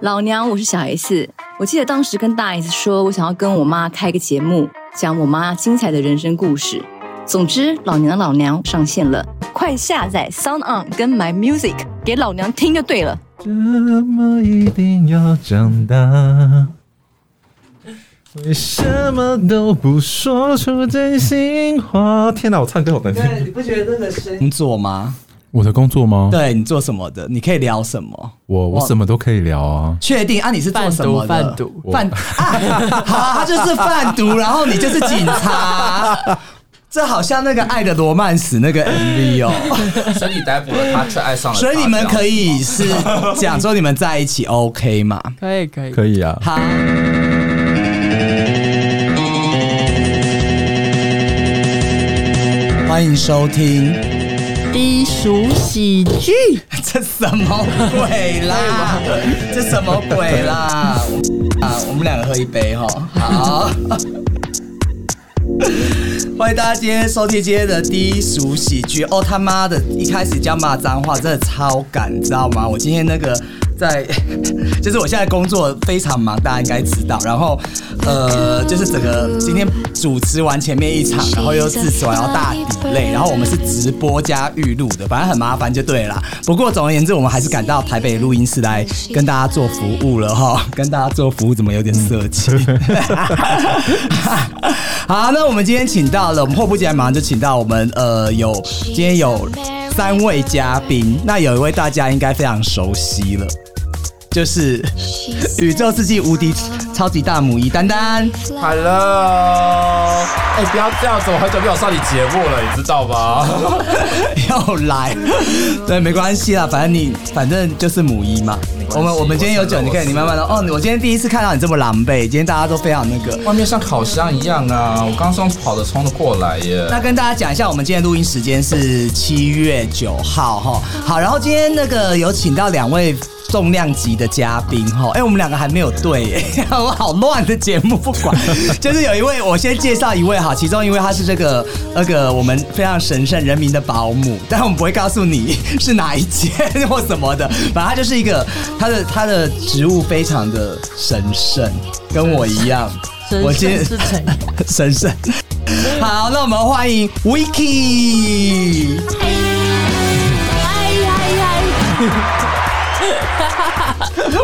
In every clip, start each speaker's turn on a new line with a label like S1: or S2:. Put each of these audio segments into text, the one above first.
S1: 老娘我是小 S，我记得当时跟大 S 说，我想要跟我妈开个节目，讲我妈精彩的人生故事。总之，老娘的老娘上线了，快下载 Sound On 跟 My Music 给老娘听就对了。
S2: 怎么一定要长大？为什么都不说出真心话？天哪，我唱歌好难听！
S3: 对，你不觉得那个声音做吗？
S4: 我的工作吗？
S3: 对你做什么的？你可以聊什么？
S4: 我我什么都可以聊啊。
S3: 确定啊？你是做什么的？
S5: 贩毒
S3: 贩 啊！好啊，他就是贩毒，然后你就是警察。 这好像那个《爱的罗曼史》那个 MV 哦，
S6: 身体逮捕了他，却爱上了他。
S3: 所以你们可
S6: 以
S3: 以是讲说你们在一起 OK 吗？
S5: 可以哎可以，
S4: 可以啊，
S3: 好，欢迎收听，
S5: 低俗喜剧，
S3: 这什么鬼啦？这什么鬼啦？啊，我们两个喝一杯哈，好。 欢迎大家今天收听今天的低俗喜剧。哦他妈的，一开始就要骂脏话，真的超赶，你知道吗？我今天那个在， 就是我现在工作非常忙，大家应该知道。然后呃，就是整个今天主持完前面一场，然后又自首，然后大底累，然后我们是直播加预录的，反正很麻烦就对了。不过总而言之，我们还是赶到台北录音室来跟大家做服务了哈，跟大家做服务怎么有点色情？ 好，那我们今天请到了，我们迫不及待马上就请到我们呃有今天有三位嘉宾，那有一位大家应该非常熟悉了，就是宇宙世纪无敌超级大母一丹丹。
S6: ，Hello，哎、不要这样子，我很久没有上你节目了，你知 道吗？
S3: 又来，对，没关系啦，反正你反正就是母一嘛。
S6: 关系
S3: 我们我们今天有酒，
S6: 我承认
S3: 你可以你慢慢的哦。我今天第一次看到你这么狼狈，今天大家都非常那个。
S6: 外面像烤箱一样啊，我刚从跑着冲了过来耶。
S3: 那跟大家讲一下，我们今天录音时间是七月九号哈。好，然后今天那个有请到两位重量级的嘉宾哈。哎、我们两个还没有对耶， 我好乱的节目，不管。 就是有一位，我先介绍一位哈，其中一位她是这个那个我们非常神圣人民的保姆，但我们不会告诉你是哪一间或什么的，反正她就是一个她的她的职务非常的神圣，跟我一样。我今天
S5: 是谁？
S3: 神圣。好，那我们欢迎 Vicky。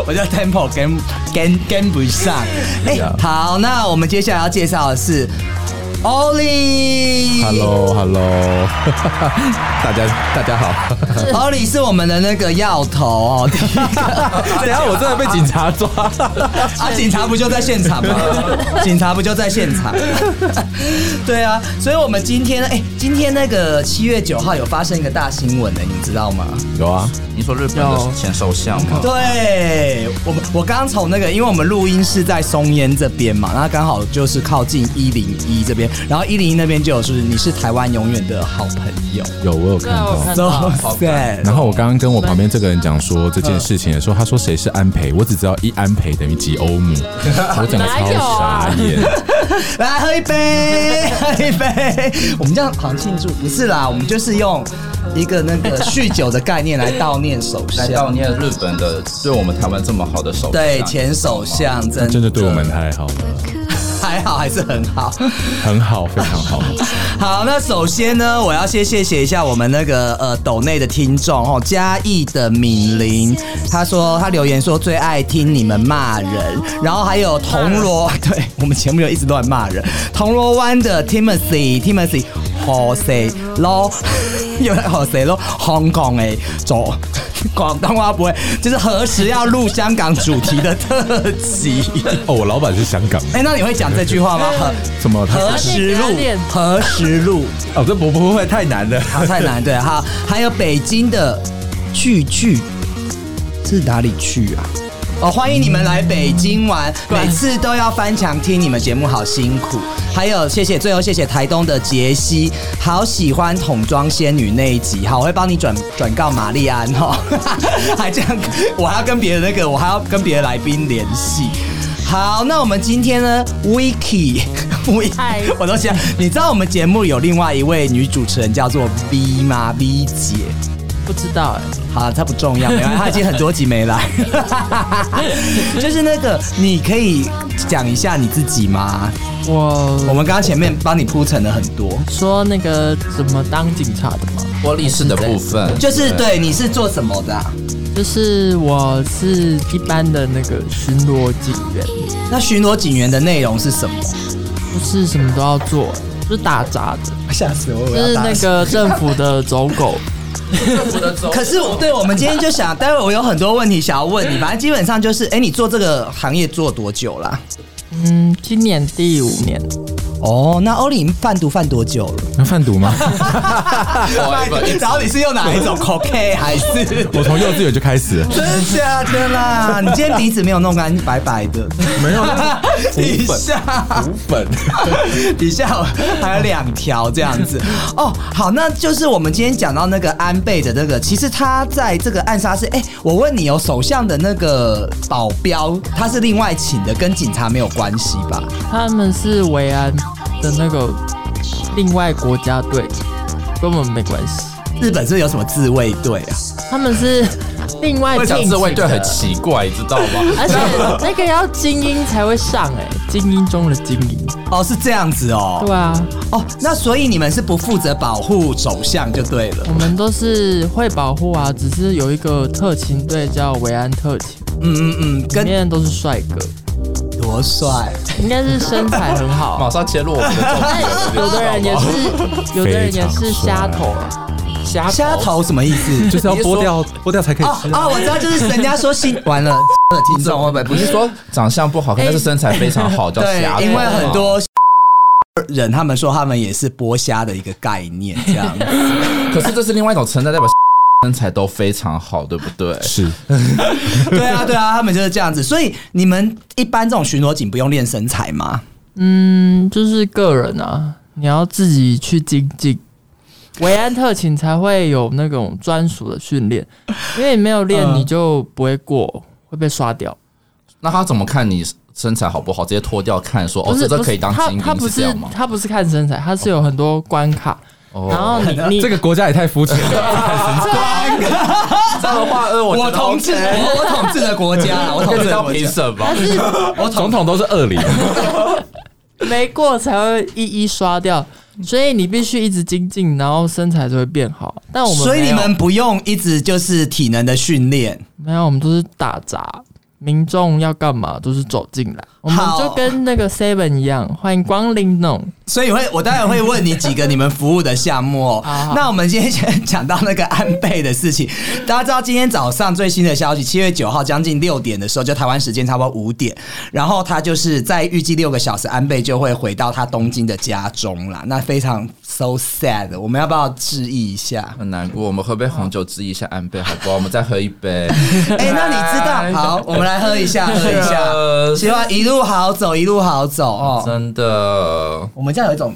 S3: 我叫 Tempo 跟跟跟不上，哎、好，那我们接下来要介绍的是 Oli。
S4: Hello，Hello，大家大家好。
S3: Oli 是我们的那个药头哦，第一个
S4: 等一下我真的被警察抓，
S3: 啊，警察不就在现场 吗？警察不就在现场？ 对啊，所以我们今天呢，哎、今天那个七月九号有发生一个大新闻呢、你知道吗？
S4: 有啊，
S6: 你说日本的前首相吗？
S3: 哦对我们，我刚从那个，因为我们录音是在松烟这边嘛，那刚好就是靠近一零一这边，然后一零一那边就有说你是台湾永远的好朋友，
S4: 有啊我有看到。
S3: so
S6: 好
S3: sad。
S4: 然后我刚刚跟我旁边这个人讲说这件事情的时候，他说谁是安培，我只知道一安培等于几欧 姆，我整个
S5: 哪
S4: 超
S5: 有
S4: 傻
S5: 啊
S4: 眼。
S3: 来喝一杯，喝一杯。我们这样好像庆祝不是啦，我们就是用一个那个酗酒的概念来悼念首
S6: 来悼
S3: 相，
S6: 念日本的对我们台湾这么好的首相。
S3: 对前首相真
S4: 真的对我们太好了，
S3: 还好，还是很好。
S4: 很好，非常 好。
S3: 好，那首先呢，我要先谢谢一下我们那个呃斗内的听众哦，嘉义的敏玲，她说她留言说最爱听你们骂人，然后还有铜锣， 对我们节目有一直乱骂人，铜锣湾的 Timothy Timothy Jose Lo，又 来 Jose Lo Hong Kong 哎，走。 广东话不会，就是何时要录香港主题的特辑？
S4: 哦，我老板是香港
S3: 哎、
S4: 的，
S3: 那你会讲这句话吗？何
S4: 什么？他
S3: 何时录？何时录？
S4: 哦，这不不会太难了。
S3: 好，太难对哈，还有北京的去去是哪里去啊？哦，欢迎你们来北京玩，每次都要翻墙听你们节目，好辛苦。还有，谢谢，最后谢谢台东的杰西，好喜欢桶装仙女那一集，好，我会帮你转转告玛丽安哦， 还这样，我还要跟别的那个，我还要跟别的来宾联系。好，那我们今天呢，Vicky，我
S5: 嗨
S3: 我都想，你知道我们节目有另外一位女主持人叫做 V 吗？V 姐，
S5: 不知道哎、
S3: 好，他不重要，没关系，他已经很多集没 来。就是那个，你可以讲一下你自己吗？我
S5: 我
S3: 们刚刚前面帮你铺陈了很多，
S5: 说那个怎么当警察的嘛，
S6: 玻璃式的部分，
S3: 就是对，你是做什么的啊、
S5: 就是我是一般的那个巡逻警员，
S3: 那巡逻警员的内容是什么？
S5: 不是什么都要做、就是打杂的，
S3: 吓死我！我
S5: 就是
S3: 打
S5: 那个政府的走狗。
S3: 可是我对我们今天就想，待会我有很多问题想要问你，反正基本上就是，哎、你做这个行业做多久啦？
S5: 嗯，今年第五年，
S3: 哦，那欧丽，你贩毒贩多久 了？
S4: 那贩毒吗？
S6: 哦不
S3: 你找你是用哪一种 cocaine 还是？
S4: 我从幼稚园就开 始了，
S3: 真假的啦？ 你今天鼻子没有弄干，白白的。
S4: 没 有。
S3: 底下
S6: 五本，
S3: 底下还有两条这样子。哦，好，那就是我们今天讲到那个安倍的那个，其实他在这个暗杀是，哎、我问你哦，首相的那个保镖他是另外请的，跟警察没有关系吧？
S5: 他们是维安的那个另外国家队，跟我们没关系。
S3: 日本是不是有什么自卫队啊？
S5: 他们是另外
S6: 会
S5: 进
S6: 讲
S5: 行
S6: 自卫队
S5: 的
S6: 很奇怪，你知道吗？
S5: 而 且那个要精英才会上哎、精英中的精英。
S3: 哦，是这样子哦。
S5: 对啊，
S3: 哦，那所以你们是不负责保护首相就对了
S5: 我。们都是会保护啊，只是有一个特勤队叫维安特勤，
S3: 嗯嗯嗯，
S5: 里
S3: 跟
S5: 面都是帅哥，
S3: 多帅。
S5: 应该是身材很好
S6: 马。上切入我们的 重
S5: 但有
S6: 点，
S5: 的人也是，有的人也是瞎头啊，
S6: 瞎
S3: 虾头什么意 思？
S2: 就是要剥掉，剥掉才可以
S3: 哦
S2: 吃。
S3: 哦，我知道，就是人家说新完 了的听众会不会
S6: 不是说长相不好看，
S5: 哎
S6: 但是身材非常 好，叫
S3: 对
S6: 瞎，头哦
S3: 因为很多人他们说他们也是剥虾的一个概念，这 样子
S6: 可是这是另外一种存在，代表 身材都非常好，对不对？
S4: 是，
S3: 对啊，对啊，他们就是这样子。所以你们一般这种巡逻警不用练身材吗？
S5: 嗯，就是个人啊，你要自己去精进。维安特勤才会有那种专属的训练，因为你没有练，
S3: 嗯
S5: 你就不会过，会被刷掉。
S6: 那他怎么看你身材好不好？直接脱掉看说，哦，
S5: 不是
S6: 这这
S5: 不是
S6: 可以当
S5: 他
S6: 精
S5: 他不
S6: 英
S5: 是
S6: 是这 样吗？
S5: 他不是看身材，他是有很多关卡，
S6: 哦
S5: 然后你你
S2: 这个国家也太肤浅了。
S6: 这样的话，呃，我觉得
S3: 统治，我我统治的国家，我
S6: 我
S3: 统
S6: 跟
S3: 治
S6: 你
S3: 的
S6: 当
S3: 国
S6: 评
S3: 家。
S6: 审吧
S5: 他。是
S3: 我
S2: 总统都是恶灵，
S5: 没过才会一一刷掉，所以你必须一直精进，然后身材就会变好。但我们
S3: 所以
S5: 没
S3: 你
S5: 有
S3: 们不用一直就是体能的训练，
S5: 没有，我们都是打杂，民众要干嘛都是走进来，我们
S3: 好
S5: 就跟那个 Seven 一样，欢迎光临那种。
S3: 所以会我当然会问你几个你们服务的项目、哦
S5: 好。好
S3: 那我们今天先讲到那个安倍的事情，大家知道今天早上最新的消息，七月九号将近六点的时候，就台湾时间差不多五点，然后他就是在预计六个小时，安倍就会回到他东京的家中啦。那非常 so sad，我们要不要致意一 下？
S6: 很难过，我们喝杯红酒治一下安倍，好不好？我们再喝一杯。
S3: 哎、那你知道？好，我们来喝一下，喝一 下，
S6: 呃
S3: 希望一路好走，一路好走哦。
S6: 真的，
S3: 我们这样有一种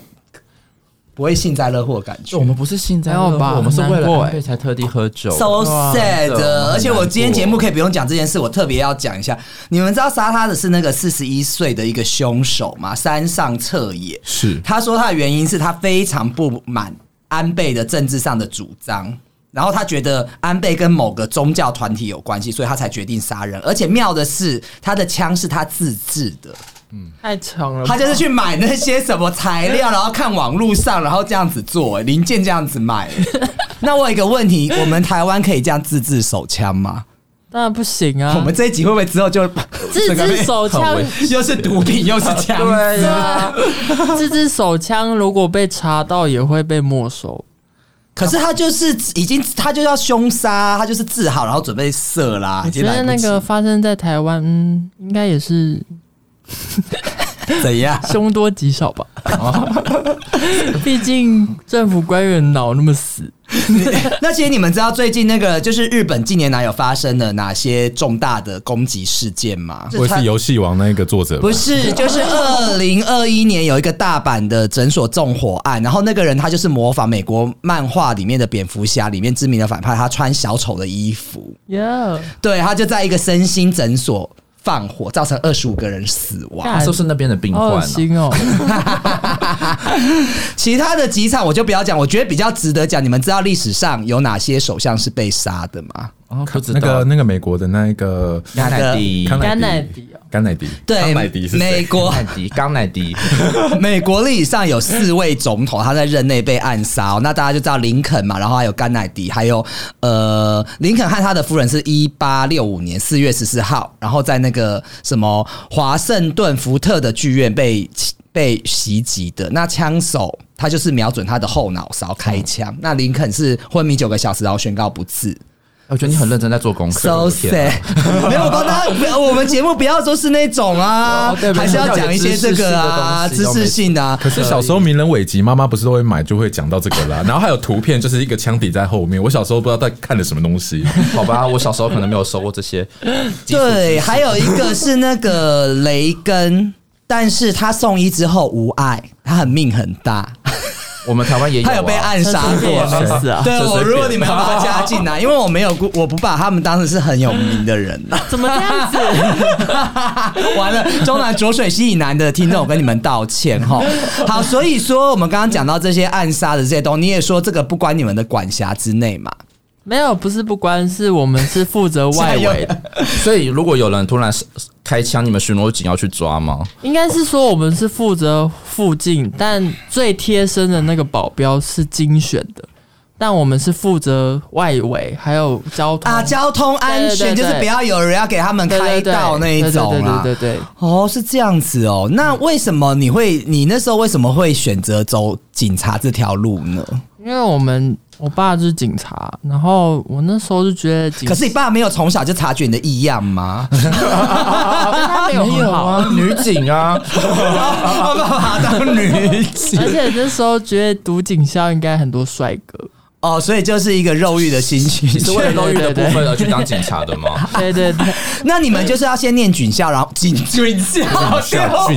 S3: 不会幸灾乐祸的感觉
S6: 就我。们不是幸灾乐
S5: 没有吧
S6: 祸，我们是为
S5: 很难
S6: 了
S5: 过
S6: 安倍才特地喝酒。
S3: so sad，
S6: 真的
S3: 而且我今天节目可以不用讲这件事，我特别要讲一下。你们知道杀他的是那个四十一岁的一个凶手吗？山上彻也。
S4: 是
S3: 他说他的原因是他非常不满安倍的政治上的主张，然后他觉得安倍跟某个宗教团体有关系，所以他才决定杀人。而且妙的是，他的枪是他自制的，
S5: 太强了吧，
S3: 他就是去买那些什么材料，然后看网络上，然后这样子做零件，这样子 买。那我有一个问题，我们台湾可以这样自制手枪吗？
S5: 当然不行啊，
S3: 我们这一集会不会之后就
S5: 自制手枪
S6: 很危
S3: 又是毒品又是 枪？
S6: 对呀，
S5: 自制啊手枪如果被查到也会被没收。
S3: 可是他就是已经，他就要凶杀，他就是治好，然后准备射啦。
S5: 我
S3: 已经
S5: 觉
S3: 来
S5: 得
S3: 不
S5: 那
S3: 及
S5: 个发生在台湾，嗯，应该也是
S3: 怎 样？
S5: 凶多吉少吧。毕竟政府官员脑那么死，
S3: 那其实你们知道最近那个就是日本近年来有发生了哪些重大的攻击事件吗？
S4: 我也是游戏王那个作者吧，
S3: 不是，就是二零二一年有一个大阪的诊所纵火案，然后那个人他就是模仿美国漫画里面的蝙蝠侠里面知名的反派，他穿小丑的衣服，
S5: yeah。
S3: 对他就在一个身心诊所放火，造成二十五个人死亡。
S5: 干
S6: 是不是那边的病
S5: 好
S6: 患
S5: 恶
S6: 啊？
S5: 心哦！
S3: 其他的几场我就不要讲，我觉得比较值得讲。你们知道历史上有哪些首相是被杀的吗？
S6: 哦不知
S4: 那
S6: 道
S4: 个那个美国的那一个
S3: 哪个
S6: 甘乃迪，
S4: 康
S5: 甘
S4: 乃
S5: 乃
S4: 迪
S5: 迪哦，
S4: 甘乃迪，
S3: 对，
S6: 康乃迪是谁
S3: 美国
S6: 甘乃迪，甘乃迪，
S3: 美国历史上有四位总统，他在任内被暗杀、哦。那大家就知道林肯嘛，然后还有甘乃迪，还有呃，林肯和他的夫人是一八六五年四月十四号，然后在那个什么华盛顿福特的剧院被被袭击的。那枪手他就是瞄准他的后脑勺开枪。
S6: 嗯
S3: 那林肯是昏迷九个小时，然后宣告不治。
S6: 我觉得你很认真在做功课。
S3: So
S6: 我的天啊
S3: sad，没 有帮他，不要我们节目不要说是那种啊
S6: 哦对，
S3: 还是要
S6: 不是要有
S3: 讲一些这个啊，知
S6: 知识性的东西
S3: 识性的啊。
S4: 可是小时候名人尾集，妈妈不是都会买，就会讲到这个啦。然后还有图片，就是一个枪抵在后面。我小时候不知道在看的什么东西，
S6: 好吧，我小时候可能没有收过这些基础知识。
S3: 对，还有一个是那个雷根，但是他送医之后无碍，他很命很大，
S6: 我们台湾也有啊，
S3: 他有被暗杀
S5: 他
S3: 过。
S5: 也没死啊？
S3: 对
S6: 这随
S3: 我，
S6: 便
S3: 如果你们要把他加进来，因为我没有顾，我不把他们当成是很有名的人啊。
S5: 怎么这样子？
S3: 完了，中南浊水溪以南的听众，我跟你们道歉哈。好，所以说我们刚刚讲到这些暗杀的这些东西，你也说这个不关你们的管辖之内嘛。
S5: 没有，不是不关，是我们是负责外围的，
S6: 所以如果有人突然开枪，你们巡逻警要去抓吗？
S5: 应该是说我们是负责附近，但最贴身的那个保镖是精选的，但我们是负责外围还有交通
S3: 啊，交通安全
S5: 对对对
S3: 就是不要有人要给他们
S5: 对
S3: 开
S5: 对对
S3: 道那一种
S5: 对
S3: 啦。
S5: 对对对对对
S3: 哦，是这样子哦。那为什么你会，你那时候为什么会选择走警察这条路呢？
S5: 因为我们我爸就是警察，然后我那时候就觉得警，
S3: 可是你爸没有从小就察觉你的异样吗？
S5: 但哦他没有很好，
S6: 啊，女警啊，
S3: 爸爸当女警
S5: 而且那时候觉得读警校应该很多帅 哥，
S3: 哦，所以就是一个肉欲的心情。
S6: 你是为了肉欲的部分而去当警察的 吗？
S5: 对对对，
S3: 那你们就是要先念警校，然后警警校，
S4: 校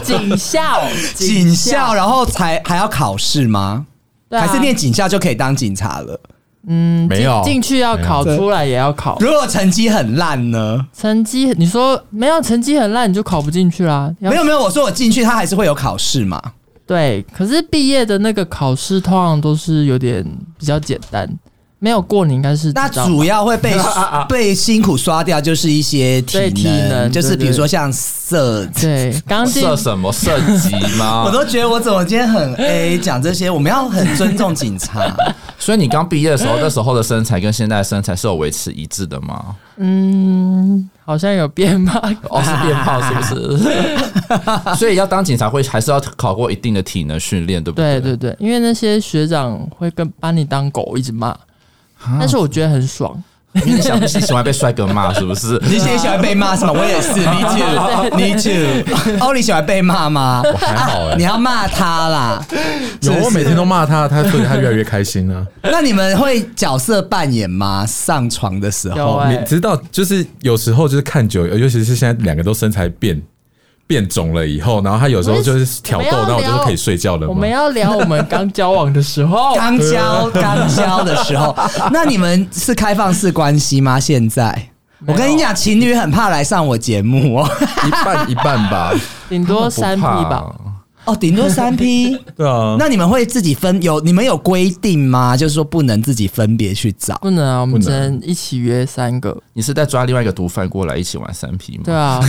S4: 俊校。
S5: 警校
S3: 警校，，然后才还要考试吗？
S5: 对啊
S3: 还是念警校就可以当警察了？
S5: 嗯
S4: 没有
S5: 进进去要考，
S3: 没有
S5: 出来也要考。
S3: 如果成绩很烂呢？
S5: 成绩你说没有成绩很烂，你就考不进去啦。要
S3: 没有没有，我说我进去，他还是会有考试嘛？
S5: 对，可是毕业的那个考试通常都是有点比较简单，没有过你应该是
S3: 那
S5: 知道
S3: 主要会被 被辛苦刷掉，就是一些体能，
S5: 对体能
S3: 就是
S5: 对
S3: 比如说像色。
S5: 对刚进
S6: 射什么射击
S3: 我
S6: 吗？
S3: 都觉得我怎么今天 很 A 讲这些，我们要很尊重警察。
S6: 所以你刚毕业的时候，那时候的身材跟现在的身材是有维持一致的吗？
S5: 嗯，好像有变吧？
S6: 哦，是变胖是不 是？所以要当警察会还是要考过一定的体能训练，对不
S5: 对
S6: 对
S5: 对对，因为那些学长会跟把你当狗一直骂，但是我觉得很爽。
S6: 对，因为你想你喜欢被帅哥骂是不是？
S3: 你现在喜欢被骂是吗？我也是，me too，me too。哦，你喜欢被骂吗？啊
S4: 我还好哎、
S3: 你要骂他啦。
S4: 有我每天都骂他，他所以他越来越开心啊。
S3: 那你们会角色扮演吗？上床的时
S5: 有
S3: 候，
S5: 哎、
S4: 你知道，就是有时候就是看久，尤其是现在两个都身材变变肿了以后，然后他有时候就是挑
S5: 我
S4: 逗，
S5: 们
S4: 那
S5: 要
S4: 我就是
S5: 聊
S4: 可以睡觉了
S5: 我
S4: 吗
S5: 们？要聊我们刚交往的 时候，
S3: 刚交刚交的时候，那你们是开放式关系吗？现在？我跟你讲，情侣很怕来上我节目哦。
S4: 一半一半吧，
S5: 顶多 三 P 吧。
S3: 哦，顶多三 P。
S4: 对啊。
S3: 那你们会自己分有你们有规定吗？就是说不能自己分别去找。
S5: 不能啊，我
S4: 不
S5: 们
S4: 能
S5: 只能一起约三个。
S6: 你是在抓另外一个毒贩过来一起玩三 P 吗？
S5: 对 啊，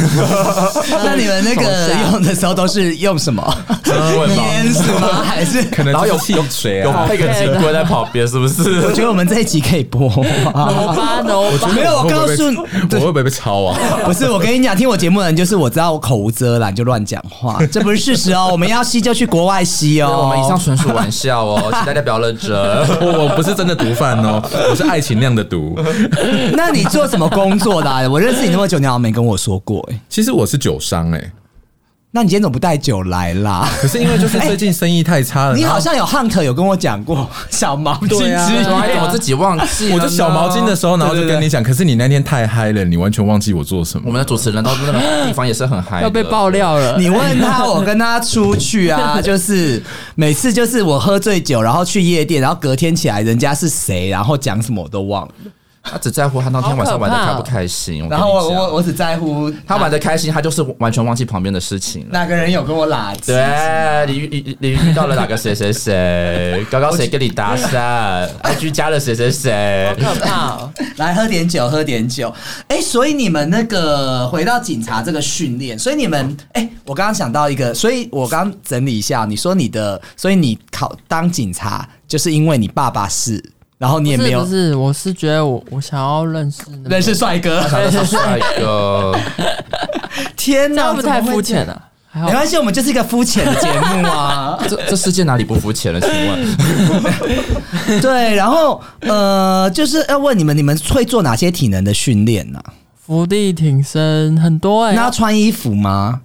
S3: 那你们那个用的时候都是用什么？
S6: 问吧
S3: 烟是 吗？还是？
S4: 可能
S6: 然后有
S4: 就是汽水
S6: 有
S4: 啊，
S6: 配个警棍在旁边是 不是？
S3: 我觉得我们这一集可以播啊吗。
S5: 欧巴欧巴，
S3: 没有，我
S4: 会不
S3: 告
S4: 会
S3: 诉
S4: 被
S3: 你，
S4: 我会不会被抄啊？
S3: 不是我跟你讲，听我节目的人就是我知道我口无遮拦就乱讲话，这不是事实哦。我们要吸就去国外吸
S6: 对
S3: 哦。
S6: 啊我们以上纯属玩笑哦，请大家不要认真。
S4: 我我不是真的毒贩哦，我是爱情量的毒。
S3: 那你做什么工作的啊、我认识你那么久，你好像没跟我说过哎、
S4: 其实我是酒商哎、
S3: 那你今天怎么不带酒来啦？
S4: 可是因为就是最近生意太差了，
S3: 你好
S4: 然后
S3: 像有 Hunt 有跟我讲过小毛巾之
S4: 对啊
S3: 一
S6: 怎么我自己忘记了呢
S4: 我就小毛巾的时候，然后
S5: 啊
S4: 就跟你讲，可是你那天太嗨了，你完全忘记我做什
S6: 我
S4: 么。
S6: 们的主持人到那个地方也是很嗨，
S5: 要被爆。料了。
S3: 你问他，我跟他出去 啊，就是每次就是我喝醉酒，然后去夜店，然后隔天起来人家是谁，然后讲什么我都忘了。
S6: 他只在乎他当天晚上玩的
S5: 好可怕
S6: 开
S5: 哦
S6: 不开心。
S3: 然后我
S6: 跟你
S3: 我
S6: 讲
S3: 我只在乎
S6: 他玩的开心，他就是完全忘记旁边的事情了。
S3: 哪个人有跟我拉鸡，
S6: 对，你遇你你遇到了哪个谁谁 谁？刚刚谁跟你搭讪？IG 加了谁谁谁？
S5: 好可怕哦！
S3: 来喝点酒，喝点酒。哎、所以你们那个回到警察这个训练，所以你们哎、我刚刚想到一个，所以我刚整理一下，你说你的，所以你考当警察就是因为你爸爸是，然后你也
S5: 不
S3: 没
S5: 是
S3: 有
S5: 不是，我是觉得我我想要认识那个
S3: 认识，帅哥，
S6: 下一个，
S3: 天
S5: 这
S3: 哪，
S5: 样不太
S3: 怎么会
S5: 肤
S3: 这样
S5: 浅。啊？还好
S3: 没，关系，我们就是一个肤浅的节目 啊。
S6: 这这世界哪里不肤浅了？请问，
S3: 对，然后呃，就是要问你们，你们会做哪些体能的训练呢、
S5: 伏地挺身很多哎、
S3: 那要穿衣服吗？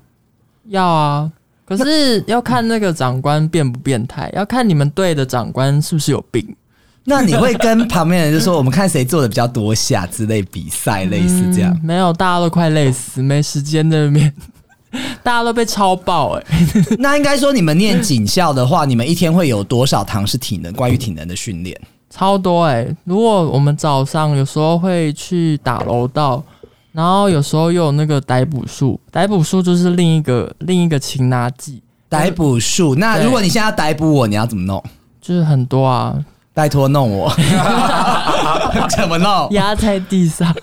S5: 要啊，可是要看那个长官变不变态，要看你们队的长官是不是有病。
S3: 那你会跟旁边人就说，我们看谁做的比较多下之类比赛，类似这样
S5: 嗯。没有，大家都快累死，没时间在那边， 大家都被超爆哎、
S3: 那应该说，你们念警校的话，你们一天会有多少堂是体能？关于体能的训练，
S5: 超多哎、如果我们早上有时候会去打楼道，然后有时候又有那个逮捕术，逮捕术就是另一个另一个擒拿技，
S3: 逮捕术。那
S5: 对
S3: 如果你现在要逮捕我，你要怎么弄？
S5: 就是很多啊，
S3: 拜托弄我，怎么
S6: 哦
S3: 弄？
S5: 压在地 上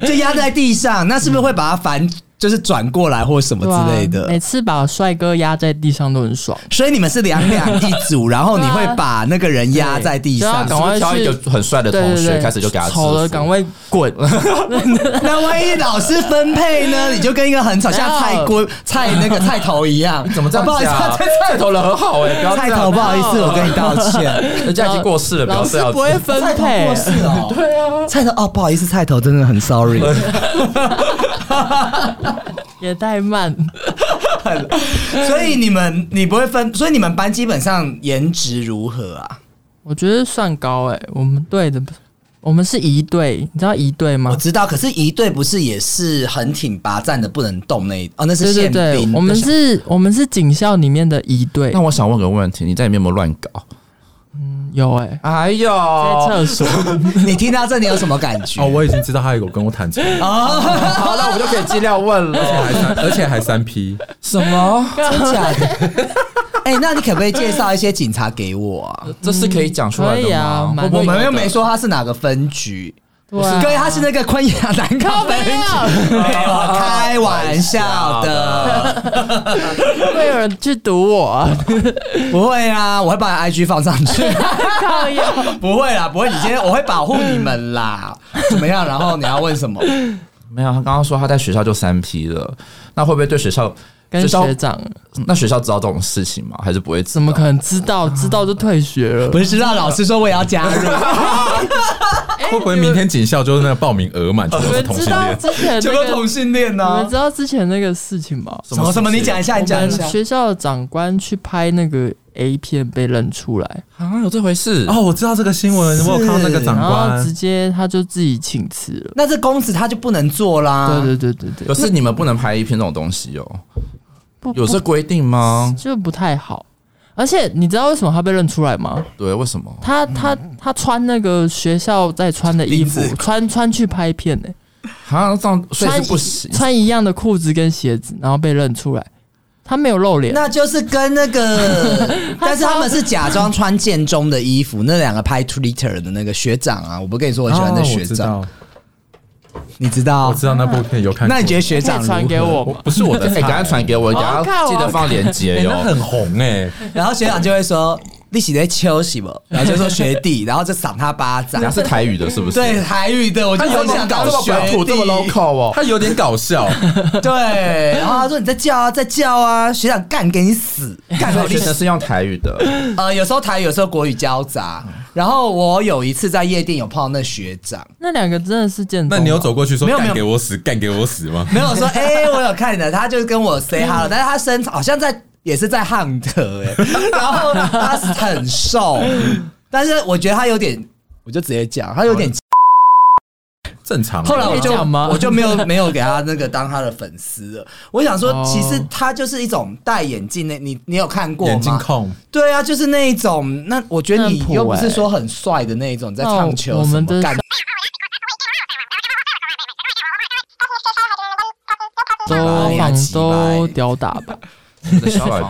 S3: 就压在地上，那是不是会把它反，就是转过来或什么
S5: 对啊
S3: 之类的？
S5: 每次把帅哥压在地上都很爽，
S3: 所以你们是两两一组，然后你会
S5: 对啊
S3: 把那个人压在地
S5: 对
S3: 上
S5: 就。要赶快去
S6: 挑一个很帅的
S5: 对
S6: 同
S5: 对
S6: 学，
S5: 对，
S6: 开始就给他
S5: 丑的
S6: 制服
S5: 赶快滚，
S3: 那万一老师分配呢？你就跟一个很丑，像
S5: 没
S3: 菜
S5: 有
S3: 龟、菜那个菜头一样。
S6: 怎么这
S3: 啊
S6: 样
S3: 不好意思，
S6: 讲？
S3: 菜
S6: 菜头人很好哎，不要
S3: 菜
S6: 这
S3: 头，
S6: 样，
S3: 不好意思，
S5: 没有
S3: 我跟你道歉。
S6: 人家已经过世了，不
S5: 老
S6: 要这
S5: 师
S6: 样
S5: 不会
S6: 子。
S5: 分配，
S3: 哦，对啊，菜头哦，不好意思，菜头真的很 sorry。
S5: 也太慢。
S3: 所以你们你不会分，所以你们班基本上颜值如何啊？
S5: 我觉得算高哎、我们队的，我们是一队，你知道一队
S3: 我
S5: 吗？
S3: 知道，可是一队不是也是很挺拔站的，不能动那一哦，那是
S5: 对
S3: 宪
S5: 对
S3: 兵
S5: 对，
S3: 的
S5: 我们是，我们是警校里面的一队
S6: 那。我想问个问题，你在里面有没有乱搞？
S5: 有哎、
S3: 啊
S6: 哎呦，
S5: 在厕所，
S3: 你听到这里有什么感觉？
S4: 哦，我已经知道他有跟我坦诚，
S3: 啊
S6: 好，那我们就可以尽量问了。
S4: 还三而且还三 P，
S6: 什么？
S3: 真假的？ 哎、那你可不可以介绍一些警察给我啊？
S6: 这是可以讲出来
S5: 可以
S6: 的
S5: 啊
S6: 吗？
S5: 蛮
S6: 会不
S3: 我
S6: 会
S3: 们又
S6: 有的
S3: 没说他是哪个分局，
S5: 对啊
S3: 对，他是那个昆阳南高分局，没有开玩笑的，
S5: 会有人去堵我、啊，
S3: 不会啊，我会把 IG 放上去，
S5: 靠腰
S3: 不会啦，不会，你今天我会保护你们啦，怎么样？然后你要问什么？
S6: 没有，他刚刚说他在学校就三 P 了，那会不会对学校？
S5: 跟
S6: 学校
S5: 学长嗯
S6: 那学校知道这种事情吗？还是不会知道？
S5: 怎么可能知道？知道就退学了
S3: 不。是知道老师说我也要加 入，
S4: 会不会明天警校就是那个报名额满，全
S5: 哎你
S4: 都是
S5: 们
S4: 同
S5: 知
S4: 性
S5: 道
S4: 恋？
S5: 之前
S3: 就
S5: 那
S3: 跟
S5: 个，
S3: 同
S5: 你
S3: 性恋呢
S5: 们知？道之前那个事情吗？
S3: 什么什么？你讲一下，你
S5: 我
S3: 讲一
S5: 们
S3: 下。
S5: 学校的长官去拍那个 A 片被认出来，
S6: 啊？有这回事？
S4: 哦，我知道这个新闻，我有看到那个长
S5: 然
S3: 哦
S5: 后直
S4: 官，
S5: 接他就自己请辞了。
S3: 那这公子他就不能做啦。
S5: 对对对对对，
S6: 可是你们不能拍一片这种东西哦，
S5: 不
S6: 有这规定吗？
S5: 就不太好。而且你知道为什么他被认出来吗？
S6: 对，为什么？
S5: 他他他穿那个学校在穿的衣服
S3: 林子，
S5: 穿穿去拍片呢、欸
S6: 啊，这样所以
S5: 穿
S6: 是不
S5: 一
S6: 行。
S5: 穿一样的裤子跟鞋子，然后被认出来，他没有露脸，
S3: 那就是跟那 个，但是他们是假装穿建中的衣服，那两个拍 Twitter 的那个学长啊，我不跟你说我喜欢那
S4: 哦
S3: 学
S4: 我知
S3: 长，
S4: 道
S3: 你知道
S4: 我？知道那部片有看过，
S3: 那你觉得学
S5: 可
S3: 长
S5: 以
S3: 如何
S5: 传给？我吗？
S4: 不是我的
S6: 哎，
S4: 菜
S6: 赶快传给我，等
S5: 我要看
S6: 下
S5: 我
S6: 记得放链接哦
S4: 哎
S6: 哟
S4: 那。很红哎，
S3: 然后学长就会说你喜在秋喜不？ 然后就说学弟，然后就赏他巴掌
S6: 等下。是台语的，是不是？
S3: 对，台语的，我就
S6: 他有
S3: 很想
S6: 点搞
S3: 搞
S6: 这么
S3: 学
S6: 本土，
S3: 弟
S6: 这么 local 哦。
S4: 他有点搞笑，
S3: 对，然后他说你在叫啊，在叫啊，学长干给你死， 干
S6: 所
S3: 好
S6: 以
S3: 你
S6: 学
S3: 死
S6: 生是用台语的，
S3: 呃，有时候台语，有时候国语交杂。
S6: 嗯
S3: 然后我有一次在夜店有碰到那学长，
S5: 那两个真的是见
S4: 那你有走过去说
S3: 没有没有
S4: 干给我死，干给我死吗？
S3: 没有说，哎、我有看你的，他就跟我 say hello，但是他身材好像在也是在汉特哎、然后他很瘦，但是我觉得他有点，我就直接讲，他有点。
S4: 正常。啊
S3: 后来我就
S5: 可以讲吗
S3: 我就没有没有给他那个当他的粉丝了。我想说，
S5: 哦
S3: 其实他就是一种戴眼镜那，你你有看过
S4: 眼睛
S3: 吗？
S4: 控，
S3: 对啊，就是那一种。那我觉得你
S5: 那很普
S3: 又不是
S5: 欸
S3: 说很帅的那一种，在唱
S5: 那
S3: 球
S5: 我
S3: 什
S5: 们
S3: 么
S5: 的
S3: 感觉
S5: 周
S6: 哪里啊
S5: 防
S3: 几
S5: 都
S3: 百
S5: 吊打吧，
S6: 很帅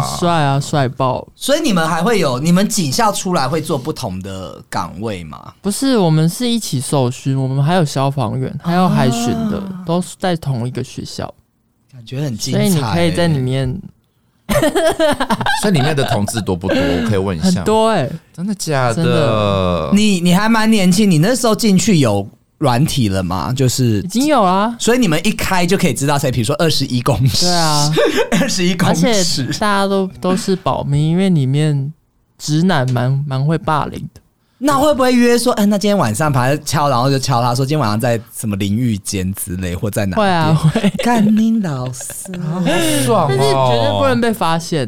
S5: 很帅啊，帅爆！
S3: 所以你们还会有你们警校出来会做不同的岗位吗？
S5: 不是，我们是一起受训，我们还有消防员，还有海巡的，都是在同一个学校，
S3: 感觉很精彩、
S5: 所
S3: 欸
S5: 以你可以在里面
S6: 所以里面的同志多不多？我可以问一
S5: 很
S6: 下。
S5: 多哎、
S6: 真的假
S5: 真的
S6: 的？
S3: 你你还蛮年轻，你那时候进去有软体了吗？就是
S5: 已，经有啦。
S3: 所以你们一开就可以知道谁，比如说二十一公尺，
S5: 对啊，
S3: 二十一公
S5: 而且
S3: 尺，
S5: 大家都都是保密，因为里面直男蛮蛮会霸凌的。
S3: 那会不会约说，哎、那今天晚上把他敲，然后就敲他说，今天晚上在什么淋浴间之类，或在哪？
S5: 会啊，会，
S3: 干你老师，啊
S6: 爽
S5: 但是绝
S3: 哦
S5: 对不能被发现，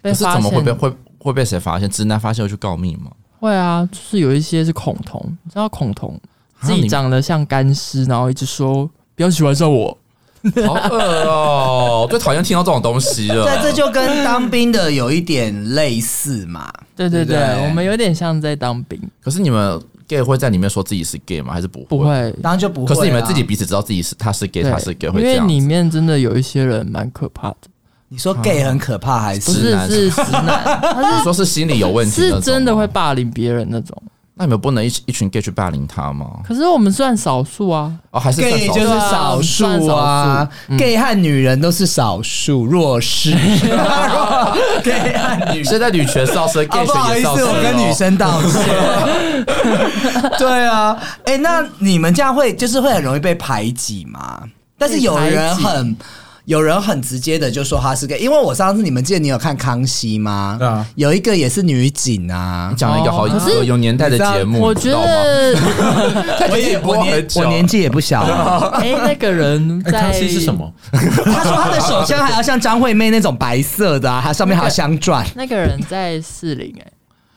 S5: 被
S6: 可是
S5: 发现
S6: 怎么会被会会被谁发现？直男发现会去告密吗？
S5: 会啊，就是有一些是恐同，你知道恐同
S6: 啊
S5: 自己
S6: 你
S5: 长得像干尸，然后一直说不要喜欢上我，
S6: 好恶哦！最讨厌听到这种东西了。
S3: 对，这就跟当兵的有一点类似嘛。
S5: 对对
S3: 对
S5: 对，
S3: 不对
S5: 我们有点像在当兵，
S6: 可是你们 gay 会在里面说自己是 gay 吗？还是不会？
S5: 不。会，啊
S3: 当然就不会、啊
S6: 可是你们自己，彼此知道自己是他是 gay，
S5: 对
S6: 他是 gay
S5: 因
S6: 会这
S5: 为
S6: 样子。
S5: 里面真的有一些人蛮可怕的，
S3: 你说 gay 很可怕还是？
S5: 不
S6: 直
S5: 是
S6: 男
S5: 是直男，
S6: 你说是心理有问题那种
S5: 是
S6: 吗，
S5: 真的会霸凌别人那种。
S6: 那你们不能一一群 gay 去霸凌他吗？
S5: 可是我们算少数啊，
S6: 哦，还是
S3: gay
S6: 算
S3: 就是
S6: 少数
S3: 少数啊，gay 和女人都是少数弱 势。gay 和女
S6: 现在女权少生
S3: 啊，
S6: ，gay
S3: 不
S6: 学
S3: 好
S6: 也
S3: 意
S6: 少哦
S3: 思，
S6: 生、
S3: 我跟女。生道歉。 对啊，哎、那你们这样会就是会很容易被排挤吗？但是有人很有人很直接的就说他是 gay，因为我上次你们记得你有看《康熙》吗？
S2: 对啊
S3: 有一个也是女警啊
S6: 你。讲了一个好
S5: 哦可是
S6: 有年代的节目，
S5: 我
S6: 你
S5: 觉
S6: 知道吗
S5: 得，
S6: 他可以
S3: 我
S6: 播
S3: 年
S6: 很久
S3: 我年纪也不小 了，
S5: 哎，那个人
S2: 哎，
S5: 在
S2: 康熙是什？么？
S3: 他说他的手枪还要像张惠妹那种白色的、啊，它上面还要镶钻
S5: 那个人在士林，哎，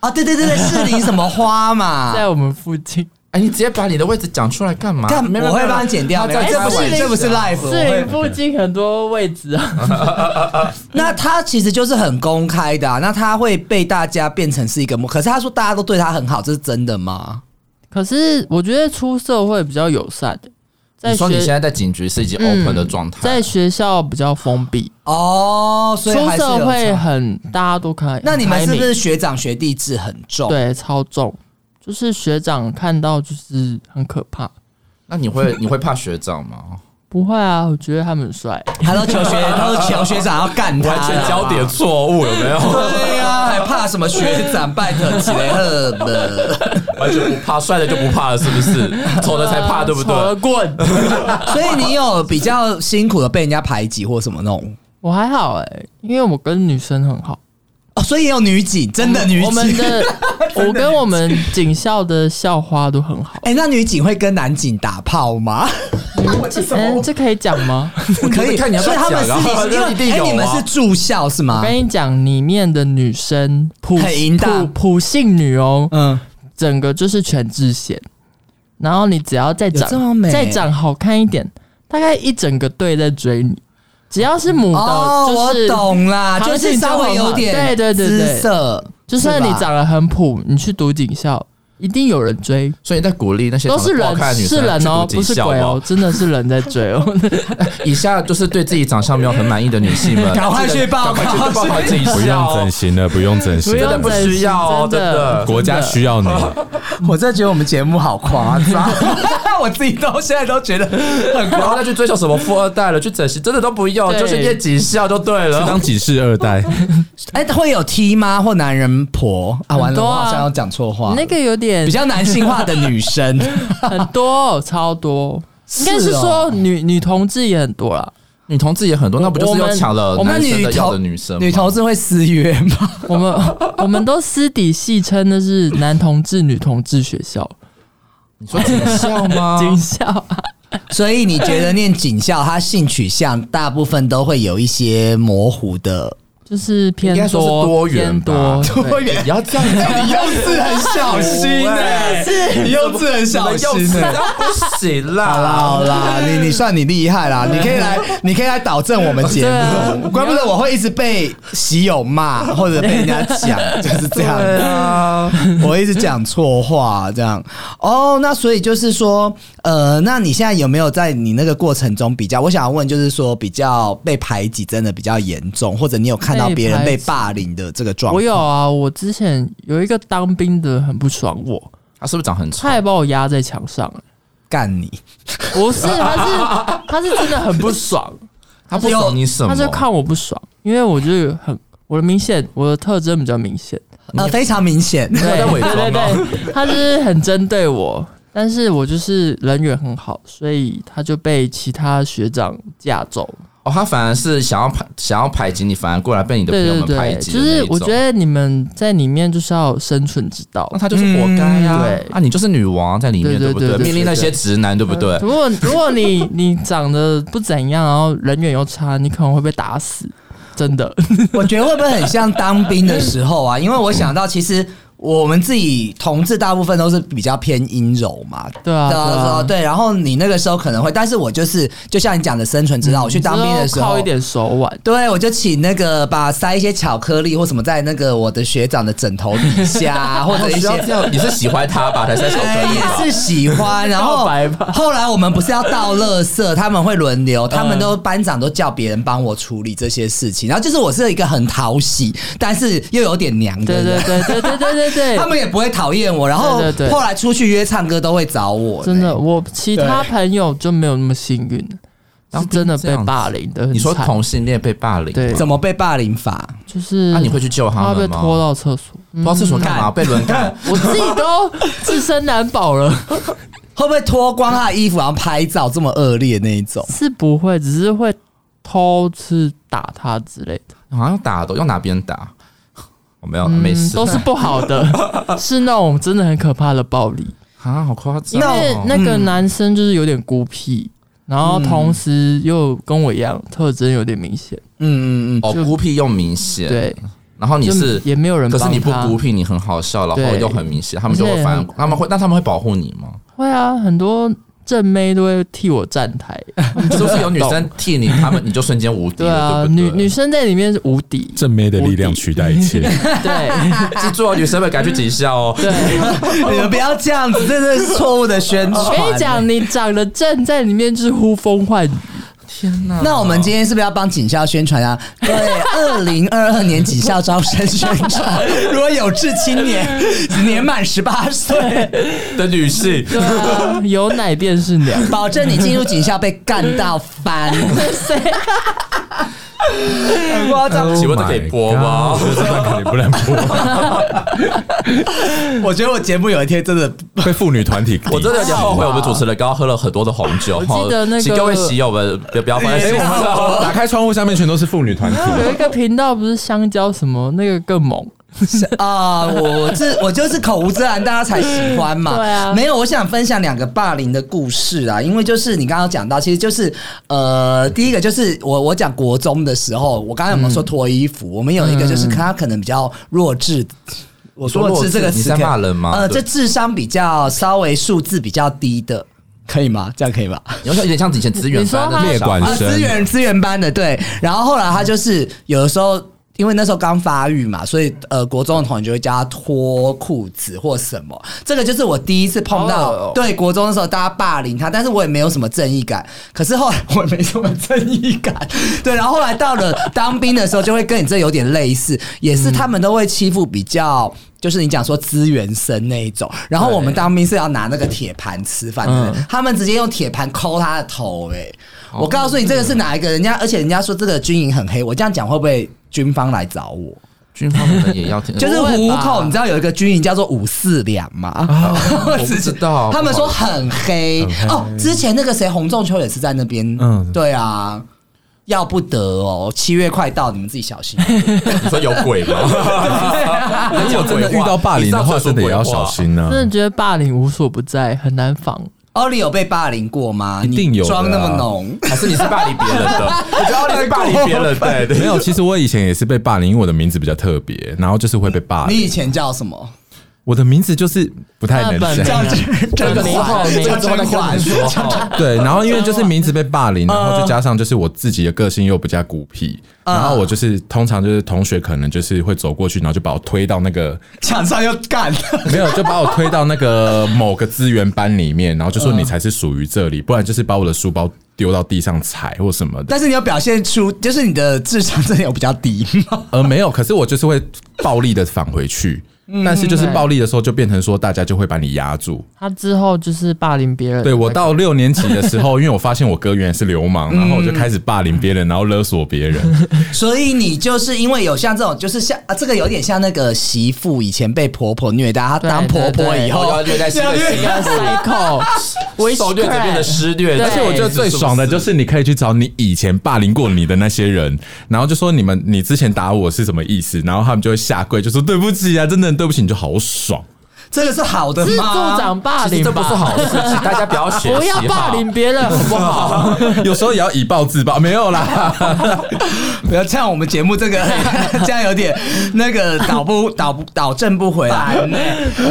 S3: 啊！对对对对，士林什么花嘛？
S5: 在我们附近。
S6: 哎，你直接把你的位置讲出来干嘛？
S3: 干
S6: 没有
S3: 我会
S6: 没有
S3: 帮你剪掉
S6: 他在
S3: 没有这
S6: 开
S3: 不是
S6: 玩笑
S3: 这不是 live 我
S5: 士
S3: 会
S5: 林附近很多位置啊，
S3: 那他其实就是很公开的、啊，那他会被大家变成是一个模，可是他说大家都对他很好，这是真的吗？
S5: 可是我觉得出社会比较友善，欸在
S6: 你说你现
S5: 学
S6: 在在警局是已经
S5: 嗯
S6: open 的状态，
S5: 在学校比较封闭，
S3: 哦，
S5: 出
S3: 所以还是有
S5: 社会
S3: 差。
S5: 很大家都看。
S3: 那你们是哦不
S5: 很开
S3: 是
S5: 明
S3: 学长学弟制很重？，
S5: 对超重？就是学长看到就是很可怕。
S6: 那你会你会怕学长吗？
S5: 不会啊，我觉得他们很帅。
S3: 他都 求学，他都求学长要干他，
S6: 完全焦点。错误有没 有？
S3: 对呀、还怕什么学长拜特杰赫的？
S6: 完全不怕，帅的就不怕了，是 不是？丑的才怕，对不对
S5: 丑？的棍，
S3: 所以你有比较辛苦的被人家排挤或什么那种
S5: 我还好哎、因为我跟女生很好。
S3: 哦，所以也有女警， 真的女
S5: 我们
S3: 警。
S5: 的我跟我们警校的校花都很好。
S3: 哎、那女警会跟男警打炮吗？
S5: 嗯、这可以讲吗？
S3: 可以，
S6: 看 你要不
S3: 所以
S6: 要
S3: 他们
S6: 讲啊
S3: 私
S6: 反
S3: 底
S6: 正
S3: 下，
S6: 一定有啊
S3: 哎你们是住校是
S5: 我
S3: 吗？
S5: 跟你讲，里面的女生普
S3: 很淫荡
S5: 普普信女哦，
S3: 嗯，
S5: 整个就是全智贤。然后你只要再
S3: 有这么
S5: 长
S3: 美
S5: 再长好看一点，大概一整个队在追你。只要是母的，
S3: 哦，
S5: 嗯就是
S3: 我懂啦，
S5: 行
S3: 就
S5: 情
S3: 是稍微有点
S5: 对对对对
S3: 姿色，
S5: 就算你
S3: 是吧
S5: 长得很普，你去读警校，一定有人追，
S6: 所以你在鼓励那些
S5: 都是
S6: 长得不好看
S5: 人，
S6: 的女
S5: 是
S6: 生
S5: 人哦，
S6: 去
S5: 不
S6: 读
S5: 是
S6: 警校
S5: 鬼
S6: 吗
S5: 哦，。真的是人在追 哦。
S6: 以下就是对自己长相没有很满意的女性们，
S3: 赶快
S6: 记得
S3: 去报
S6: 赶快去报考警校，
S4: 不用整形了，不用整形
S5: 不
S6: 真
S5: 用
S6: 的
S4: 了，
S6: 不需要哦
S5: 真的
S6: 真的
S4: 国家需要你。
S3: 我真的觉得我们节目好夸张， 我自己都现在都觉得很
S6: 然后
S3: 夸
S6: 再
S3: 张。
S6: 去追求什么富二代了，去整形真的都不用，
S5: 对
S6: 就是念警校就对了。
S4: 当几世二代，
S3: 哎，会有 T 吗？或男人婆啊？完
S5: 很
S3: 了，
S5: 多
S3: 我
S5: 啊
S3: 好像要讲错话。
S5: 那个有点
S3: 比较男性化的女 生，
S5: 很多、哦超多，应该 是
S3: 是哦
S5: 说女女同志也很多啦。
S6: 女同志也很多，那不就是
S5: 我
S6: 又
S5: 们
S6: 抢了
S5: 我
S3: 那
S6: 男生
S3: 女
S6: 的要
S3: 同
S6: 的女生吗？
S3: 女同志会私约吗？
S5: 我们我们都私底戏称那是男同志、女同志学校、
S6: 你说 警校吗？
S5: 警校啊，
S3: 所以你觉得念警校，他性取向大部分都会有一些模糊的
S5: 就是偏
S4: 应该说是
S5: 多
S4: 多元
S5: 偏
S4: 吧
S5: 多，
S3: 多
S5: 对
S3: 远
S6: 你？要这样子，
S3: 你用字很小心哎、你用字很小
S6: 你
S3: 心
S6: 的用词
S3: 哎、
S6: 这样不行
S3: 好啦
S6: 啦。
S3: 好啦，你你算你厉害啦，你可以来，你可以来导正我们节
S5: 对啊
S3: 目，怪不得我会一直被喜友骂，或者被人家讲，就是这样。 我一直讲错话，这样。哦，那所以就是说，呃，那你现在有没有在你那个过程中比较？我想要问，就是说比较被排挤真的比较严重，或者你有看到别人被
S5: 被排挤
S3: 霸凌的这个状
S5: 我
S3: 况？
S5: 有啊，我之前有一个当兵的很不爽我，
S6: 他是不是长很丑
S5: 他？也把我压在墙上、欸
S3: 干你，
S5: 不是，他是他是真的很不爽，
S6: 他不懂你什么？
S5: 他就看我不爽，因为我就是很我的明显我的特征比较明显，
S3: 呃，非常明 显。
S5: 对
S6: 在伪装
S5: 对对
S6: 吗
S5: 对，他就是很针对我，但是我就是人缘很好，所以他就被其他学长架走。
S6: 哦，他反而是想要排想要排挤你，反而过来被你的朋
S5: 对
S6: 友
S5: 对
S6: 们排
S5: 对，
S6: 挤。
S5: 就是我觉，得你们在里面就是要有生存之道
S6: 那。他就是活该呀、
S5: 嗯
S6: 啊
S5: 对
S6: 啊，你就是女王在里
S5: 对
S6: 面，
S5: 对
S6: 不对？
S5: 对对
S6: 命令那些直男，对不对？
S5: 如果如果你你长得不怎样，然后人缘又差，你可能会被打死，真的。
S3: 我觉得会不会很像当兵的时候啊？因为我想到，其实我们自己同志大部分都是比较偏阴柔嘛。
S5: 对啊，
S3: 对
S5: 对啊
S3: 啊，对，然后你那个时候可能会，但是我就是就像你讲的生存之道，我去当兵 的时
S5: 靠
S3: 候
S5: 一，点手腕，
S3: 对我就请那个把塞一些巧克力或什么在那个我的学长的枕头底 下，或者一
S6: 需
S3: 些
S6: 要这样，你是喜欢他吧？才在巧克力吧
S3: 哎？也是喜欢。然
S5: 告
S3: 后
S5: 白啊吧
S3: 后来我们不是要倒垃圾，他们会轮流，
S5: 嗯
S3: 他们都班长都叫别人帮我处理这些事情。然后就是我是一个很讨喜，但是又有点娘的
S5: 对对
S3: 人。
S5: 对对对对 对对，
S3: 他们也不会讨厌我，然后
S5: 对对对
S3: 后来出去约唱歌都会找我，
S5: 真的，我其他朋友就没有那么幸运，
S6: 当
S5: 是
S6: 兵
S5: 真的
S6: 这
S5: 被
S6: 样子
S5: 霸凌的。
S6: 你说
S5: 很惨
S6: 同性恋被霸凌吗，
S5: 对
S3: 怎么被霸凌法？
S5: 就是，
S6: 那、你会去救他
S5: 他被
S6: 们吗？
S5: 拖到厕所，嗯
S6: 到厕所干嘛？被轮干？
S5: 我自己都自身难保了，
S3: 会不会脱光他的衣服然后拍照这么恶劣那一种？
S5: 是不会，只是会偷吃打他之类的，
S6: 好像打的，用哪边打？我没有，
S5: 嗯
S6: 没事。
S5: 都是不好的， 是那种真的很可怕的暴力。
S6: 啊，好夸
S5: 因
S6: 张、
S5: 为
S6: 哦！
S5: 那嗯个男生就是有点孤僻，然后同时又跟我一样特征有点明显，
S3: 嗯嗯嗯，
S6: 哦，孤僻又明显，
S5: 对，
S6: 然后你
S5: 就是也没有人
S6: 可
S5: 帮他，
S6: 是你不孤僻，你很好笑，然后
S5: 对
S6: 又很明显，他们就
S5: 而
S6: 会
S5: 且
S6: 反，他们会，那他们会保护你吗？
S5: 会啊，很多正妹都会替我站台，
S6: 是不是有女生替你，他们你就瞬间无敌
S5: 对
S6: 了，
S5: 啊，
S6: 对
S5: 女
S6: 不对？
S5: 女生在里面是无 敌，
S4: 正妹的力量取代一 切。
S5: 对
S6: 记住哦，女生会赶去警校哦。
S5: 对。
S3: 你们不要这样子，这真的是错误的宣传。
S5: 我跟你
S6: 欸
S5: 讲，你长得正，在里面就是呼风唤雨。
S6: 天哪！
S3: 那我们今天是不是要帮警校宣传啊？对，二零二二年警校招生宣传，如果有志青年年满十八岁，
S6: 的女性，
S5: 对啊，有奶便是娘。
S3: 保证你进入警校被干到翻， 很夸张。
S6: 请问这可以播吗
S4: Oh my god，我觉得这段肯定不能播，
S3: 我觉得我节目有一天真的
S4: 被妇女团体抵制。
S6: 我真的有点后悔，我们主持人刚刚喝了很多的红酒。
S5: 我记得那个
S6: 请各位喜友们不要不要放在心上。
S4: 打开窗户，下面全都是妇女 团体。
S5: 有一个频道不是香蕉什么那个更猛，
S3: 啊、我我这我就是口无遮拦，大家才喜欢嘛。
S5: 对啊
S3: 没有，我想分享两个霸凌的故事啊，因为就是你刚刚讲到，其实就是呃，第一个就是我我讲国中的时候，我刚刚有没有
S6: 嗯
S3: 说脱衣服？我们有一个就是他可能比较弱智。我
S6: 说弱智
S3: 智这个
S6: 你
S3: 词
S6: 在
S3: 可以
S6: 骂人吗
S3: 呃，
S6: 对
S3: 这智商比较稍微数字比较低的，可以吗？这样可以吧？
S6: 你说有点像以前资源班的
S4: 你说
S6: 那
S4: 他
S6: 种
S4: 列管
S3: 啊，资源资源班的对。然后后来他就是有的时候，因为那时候刚发育嘛，所以呃，国中的同学就会叫他脱裤子或什么。这个就是我第一次碰到，
S5: 哦
S3: 对国中的时候大家霸凌他，但是我也没有什么正义感。可是后来 我也没什么正义感，对。然后后来到了 当兵的时候，就会跟你这有点类似，也是他们都会欺负比较。就是你讲说资源生那一种，然后我们当兵是要拿那个铁盘吃饭的，他们直接用铁盘抠他的头、欸，我告诉你，这个是哪一个人家？而且人家说这个军营很黑，我这样讲会不会军方来找我？
S6: 军方的人也要听，
S3: 就是
S5: 不会
S3: 虎
S5: 吧
S3: 口，你知道有一个军营叫做五四两吗？
S6: 我不知道，
S3: 他们说
S6: 不好
S3: 很黑
S4: 很黑
S3: 哦。之前那个谁，洪仲秋也是在那边，嗯
S4: 嗯，
S3: 对啊，要不得哦。七月快到，你们自己小心。
S6: 意思你说有鬼吗？如
S4: 如果真的遇到霸凌的话，真的也要小。心呢啊
S6: 嗯
S5: 真。的觉得霸凌无所不在，很难防。
S3: 奥利有被霸凌过吗？
S4: 一定有的啊
S3: 你装那么浓，
S6: 还是你是霸凌别人的？我觉得奥利是霸凌别人的，对
S4: 没有，其实我以前也是被霸凌，因为我的名字比较特别，然后就是会被霸
S3: 你
S4: 凌。
S3: 以前叫什么？
S4: 我的名字就是不太
S5: 那
S4: 能
S5: 本
S4: 讲，
S5: 名
S3: 这个
S5: 本名
S3: 话
S5: 本名
S3: 这个真话
S6: 说好，
S4: 对，然后因为就是名字被霸凌，然后就加上就是我自己的个性又比较孤僻，然后我就是通常就是同学可能就是会走过去，然后就把我推到那个
S3: 墙上又 干，
S4: 没有，就把我推到那个某个资源班里面，然后就说你才是属于这里，不然就是把我的书包丢到地上踩或什么的。
S3: 但是你有表现出，就是你的智商真的有比较低吗？
S4: 呃，没有，可是我就是会暴力的返回去，但是就是暴力的时候就变成说大家就会把你压住。
S5: 他之后就是霸凌别人。
S4: 对我到六年级的时 候，因为我发现我哥原来是流氓，然后我就开始霸凌别人，然后勒索别人。
S3: 所以你就是因为有像这种，就是像啊，这个有点像那个媳妇以前被婆婆虐待，她
S5: 对
S3: 当婆
S5: 对
S3: 婆
S5: 对
S3: 以
S6: 以后
S3: 后
S6: 要虐待新的新
S5: 那个哦 cycle，
S6: 受虐者变得施虐者，
S5: 而
S4: 而且我觉得最爽的就是你可以去找你以前霸凌过你的那些人，然后就说你们你之前打我是什么意思，然后他们就会下跪就说对不起啊，真的很对不起，你就好爽。
S3: 这个是好的
S5: 自
S3: 吗？
S5: 助长霸
S6: 其
S5: 凌
S6: 实
S5: 吧，
S6: 这不是好事情，大家不要学习，
S5: 不要霸凌别 人，好不好？
S4: 有时候也要以暴制暴，没有 啦。
S3: 不要这样，我们节目这个 这样有点那个导不 导不导正不回来。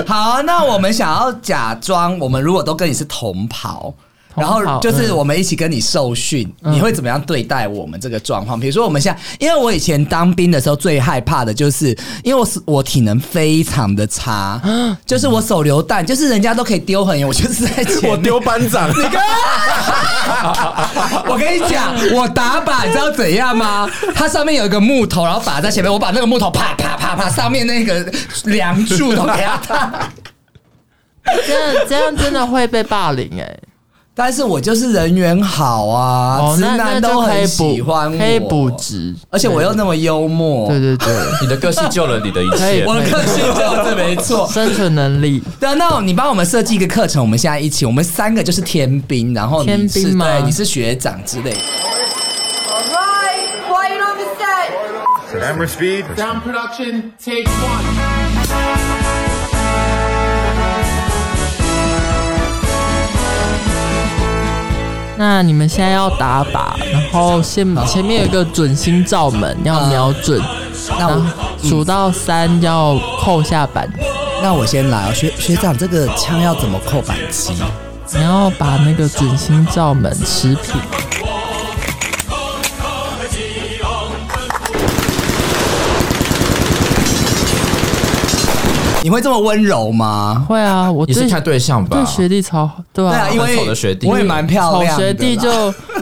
S3: 好啊，那我们想要假装，我们如果都跟你是同袍。
S5: 同
S3: 然
S5: 袍
S3: 后就是我们一起跟你受训，你会怎么样对待我们这个状况？比如说我们现在，因为我以前当兵的时候最害怕的就是，因为我是我体能非常的差，就是我手榴弹，就是人家都可以丢很远，我就是在前面
S4: 我丢班长，
S3: 我跟你讲，我打靶你知道怎样吗？它上面有一个木头，然后靶在前面，我把那个木头啪啪啪啪，上面那个梁柱都给它打。
S5: 真的这样真的会被霸凌哎、
S3: 但是我就是人缘好啊，
S5: 哦，
S3: 直
S5: 那那
S3: 男
S5: 就
S3: 都
S5: 可
S3: 很
S5: 以补
S3: 喜欢我，
S5: 可以补值，
S3: 而且我又那么幽默，
S5: 对对对，
S6: 你的个性救了你的一
S5: 可以
S6: 切。
S3: 我的个性 就是没错。
S5: 生存能力
S3: 对啊，那你帮我们设计一个课程，我们现在一起，我们三个就是天兵，然后你
S5: 天
S3: 是
S5: 兵吗
S3: 对，你是学长之类的。
S7: All right, quiet on the set.
S8: Camera speed.
S9: Sound production, take one.
S5: 那你们现在要打靶，然后先前面有一个准星照门，要瞄准，
S3: 啊那我嗯
S5: 然后数到三要扣下板子，
S3: 那我先来哦，学学长，这个枪要怎么扣扳机？
S5: 你要把那个准星照门持平。
S3: 你会这么温柔吗？
S5: 会啊，我
S6: 你是
S5: 对
S6: 看对象吧
S5: 对？学弟超好，对
S3: 对
S5: 啊
S3: 啊，，因为
S6: 很丑的学弟
S3: 我也蛮漂
S5: 丑
S3: 亮的啦。
S5: 学弟就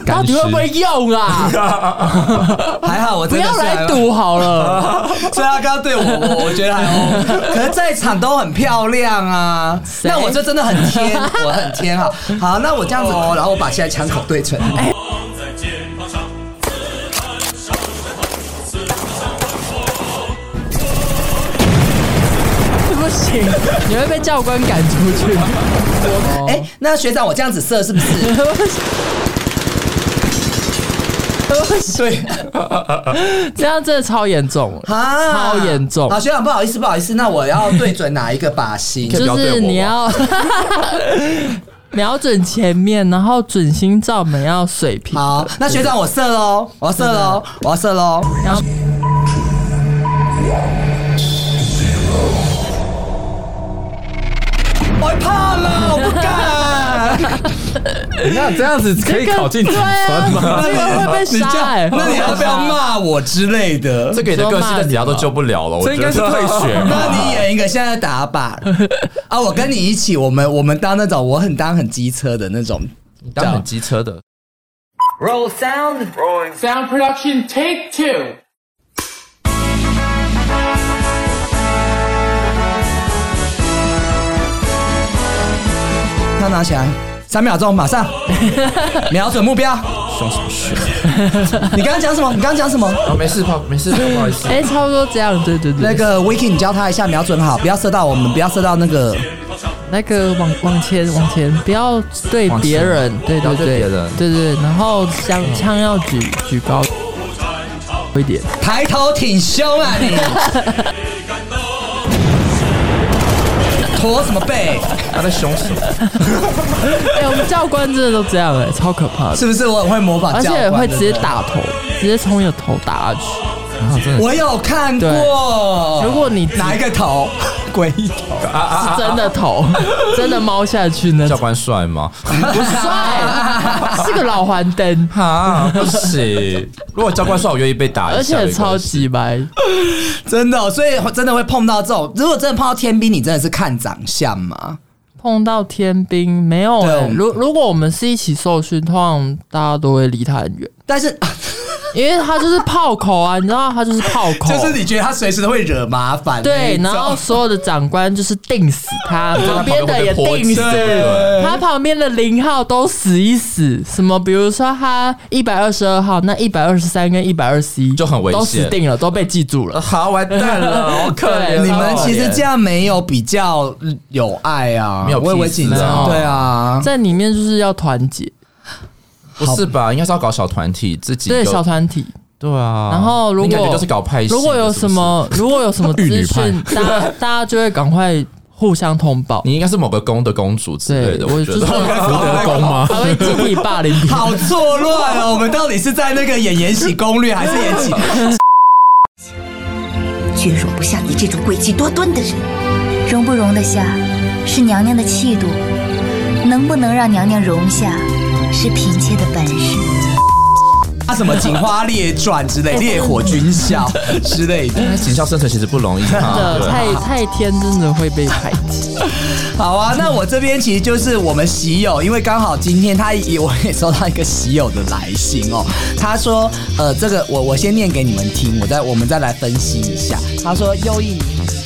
S5: 到底会不会用啊？
S3: 还好，我
S5: 不
S3: 真的
S5: 要
S3: 是啊
S5: 来赌 好了。
S3: 还。所以他刚刚对我，我我觉得还 OK。可是在场都很漂亮啊，
S5: 谁
S3: 那我就真的很天，我很天啊。好，那我这样子，
S5: 哦
S3: 哦然后我把现在枪口对准哎你。
S5: 不行，你会被教官赶出去。
S3: 哎、那学长，我这样子射是不 是？ 对
S5: 这样真的超严重了，
S3: 啊，
S5: 超严重
S3: 好，。学长不好意思，不好意思，那我要对准哪一个靶心？
S5: 就
S6: 不要对我
S5: 是
S6: 吧
S5: 你要 瞄准前面，然后准心照门要水平。
S3: 好，那学长我射喽，我要射喽，我要射喽。
S5: 然后
S3: 我怕了，我不
S6: 欸
S3: 敢。
S4: 那这样子可以考进警
S5: 对啊
S4: 专，吗？
S5: 这个会被
S3: 你这
S5: 杀
S3: 样
S5: 哎，
S3: 那你要不要骂我之类的？
S6: 这个你的个性在底下都救不了了，我
S4: 这应该是退学吧。
S3: 那你演一个现在打靶啊！我跟你一起，我们我们当那种我很当很机车的那种，
S6: 当很机车的。
S7: Roll sound.
S9: Sound production, take two.
S3: 他拿起来三秒钟，马 上瞄准目标。
S6: 凶什么凶？
S3: 你刚刚讲什么？你刚刚讲什么？
S6: 哦，没事，不好没事，不好意思。
S5: 哎，差不多这样，对对对。
S3: 那个 Vicky，你教他一下瞄准好，不要射到我们，不要射到那个。
S5: 那个往往前往前，不要对
S6: 往前
S5: 别人，对
S6: 不要
S5: 对对
S6: 对别人
S5: 对对，然后枪枪要举举高一点。
S3: 抬头挺胸啊你！ 驼什么背？
S6: 他在凶什么？
S5: 哎、我们教官真的都这样哎、超可怕的，
S3: 是不是我很会模仿
S5: 而
S3: 教官？
S5: 且会直接打头，直接从你的头打下去。
S3: 我有看过。
S5: 如果你
S3: 哪一个头？鬼头。
S5: 是真的头，真的猫下去呢
S6: 教，官帅吗？
S5: 帅，是个老黄灯，
S6: 啊，不行！如果教官帅，我愿意被打
S5: 而
S6: 一下。
S5: 且超级白，
S3: 真的哦、所以真的会碰到这种。如果真的碰到天兵，你真的是看长相吗？
S5: 碰到天兵没有
S3: 对我
S5: 哎、
S3: 们
S5: 如如果我们是一起受训，通常大家都会离他很远，
S3: 但是
S5: 因为他就是炮口啊，你知道他就是炮口，
S3: 就是你觉得他随时都会惹麻烦那
S5: 对
S3: 一，种，
S5: 然后所有的长官就是定死他，旁边的也
S6: 泼
S5: 定
S6: 进
S5: 死，
S6: 对
S5: 他旁边的零号都死一死。什么？比如说他一百二十二号，那一百二十三跟一百二十一
S6: 就很危险
S5: 都死定了，都被记住
S3: 啊
S5: 了。
S6: 好完蛋了，好可
S5: 对
S6: 怜哦。
S3: 你们其实这样没有比较有爱啊，
S6: 没有
S3: 我以为
S6: peace
S3: 紧
S6: 啊
S3: 张，对啊，
S5: 在里面就是要团结，
S6: 不是吧？应该是要搞小团体，自己
S5: 对
S6: 有
S5: 小团体。
S6: 对啊。
S5: 然后如
S6: 你感
S5: 果
S6: 觉就是搞派系的，
S5: 如果有
S6: 是不
S5: 什
S6: 是，
S5: 么，如果有什 么
S4: 玉女
S5: 资
S4: 派
S5: 讯，大家大家就会赶快互相通报。
S6: 你应该是某个宫的公主之类
S5: 对
S6: 的，，
S5: 我就
S6: 觉
S5: 是
S6: 得。
S5: 还
S4: 福德宫吗？
S5: 会集体霸 凌别人。
S3: 好错乱哦。我们到底是在那个演《延禧攻略》还是演起？
S8: 却容不下你这种诡计多端的人。容不容得下，是娘娘的气度；能不能让娘娘容下，是嫔妾的本事。
S3: 啊什么《警花列传》之类，《烈火军校》之类的。
S6: 警校生存其实不容易啊
S5: 真的，太太天真的会被排挤。
S3: 好啊，那我这边其实就是我们喜友，因为刚好今天他也我也收到一个喜友的来信哦，他说，呃，这个我我先念给你们听，我再我们再来分析一下。他说，优一你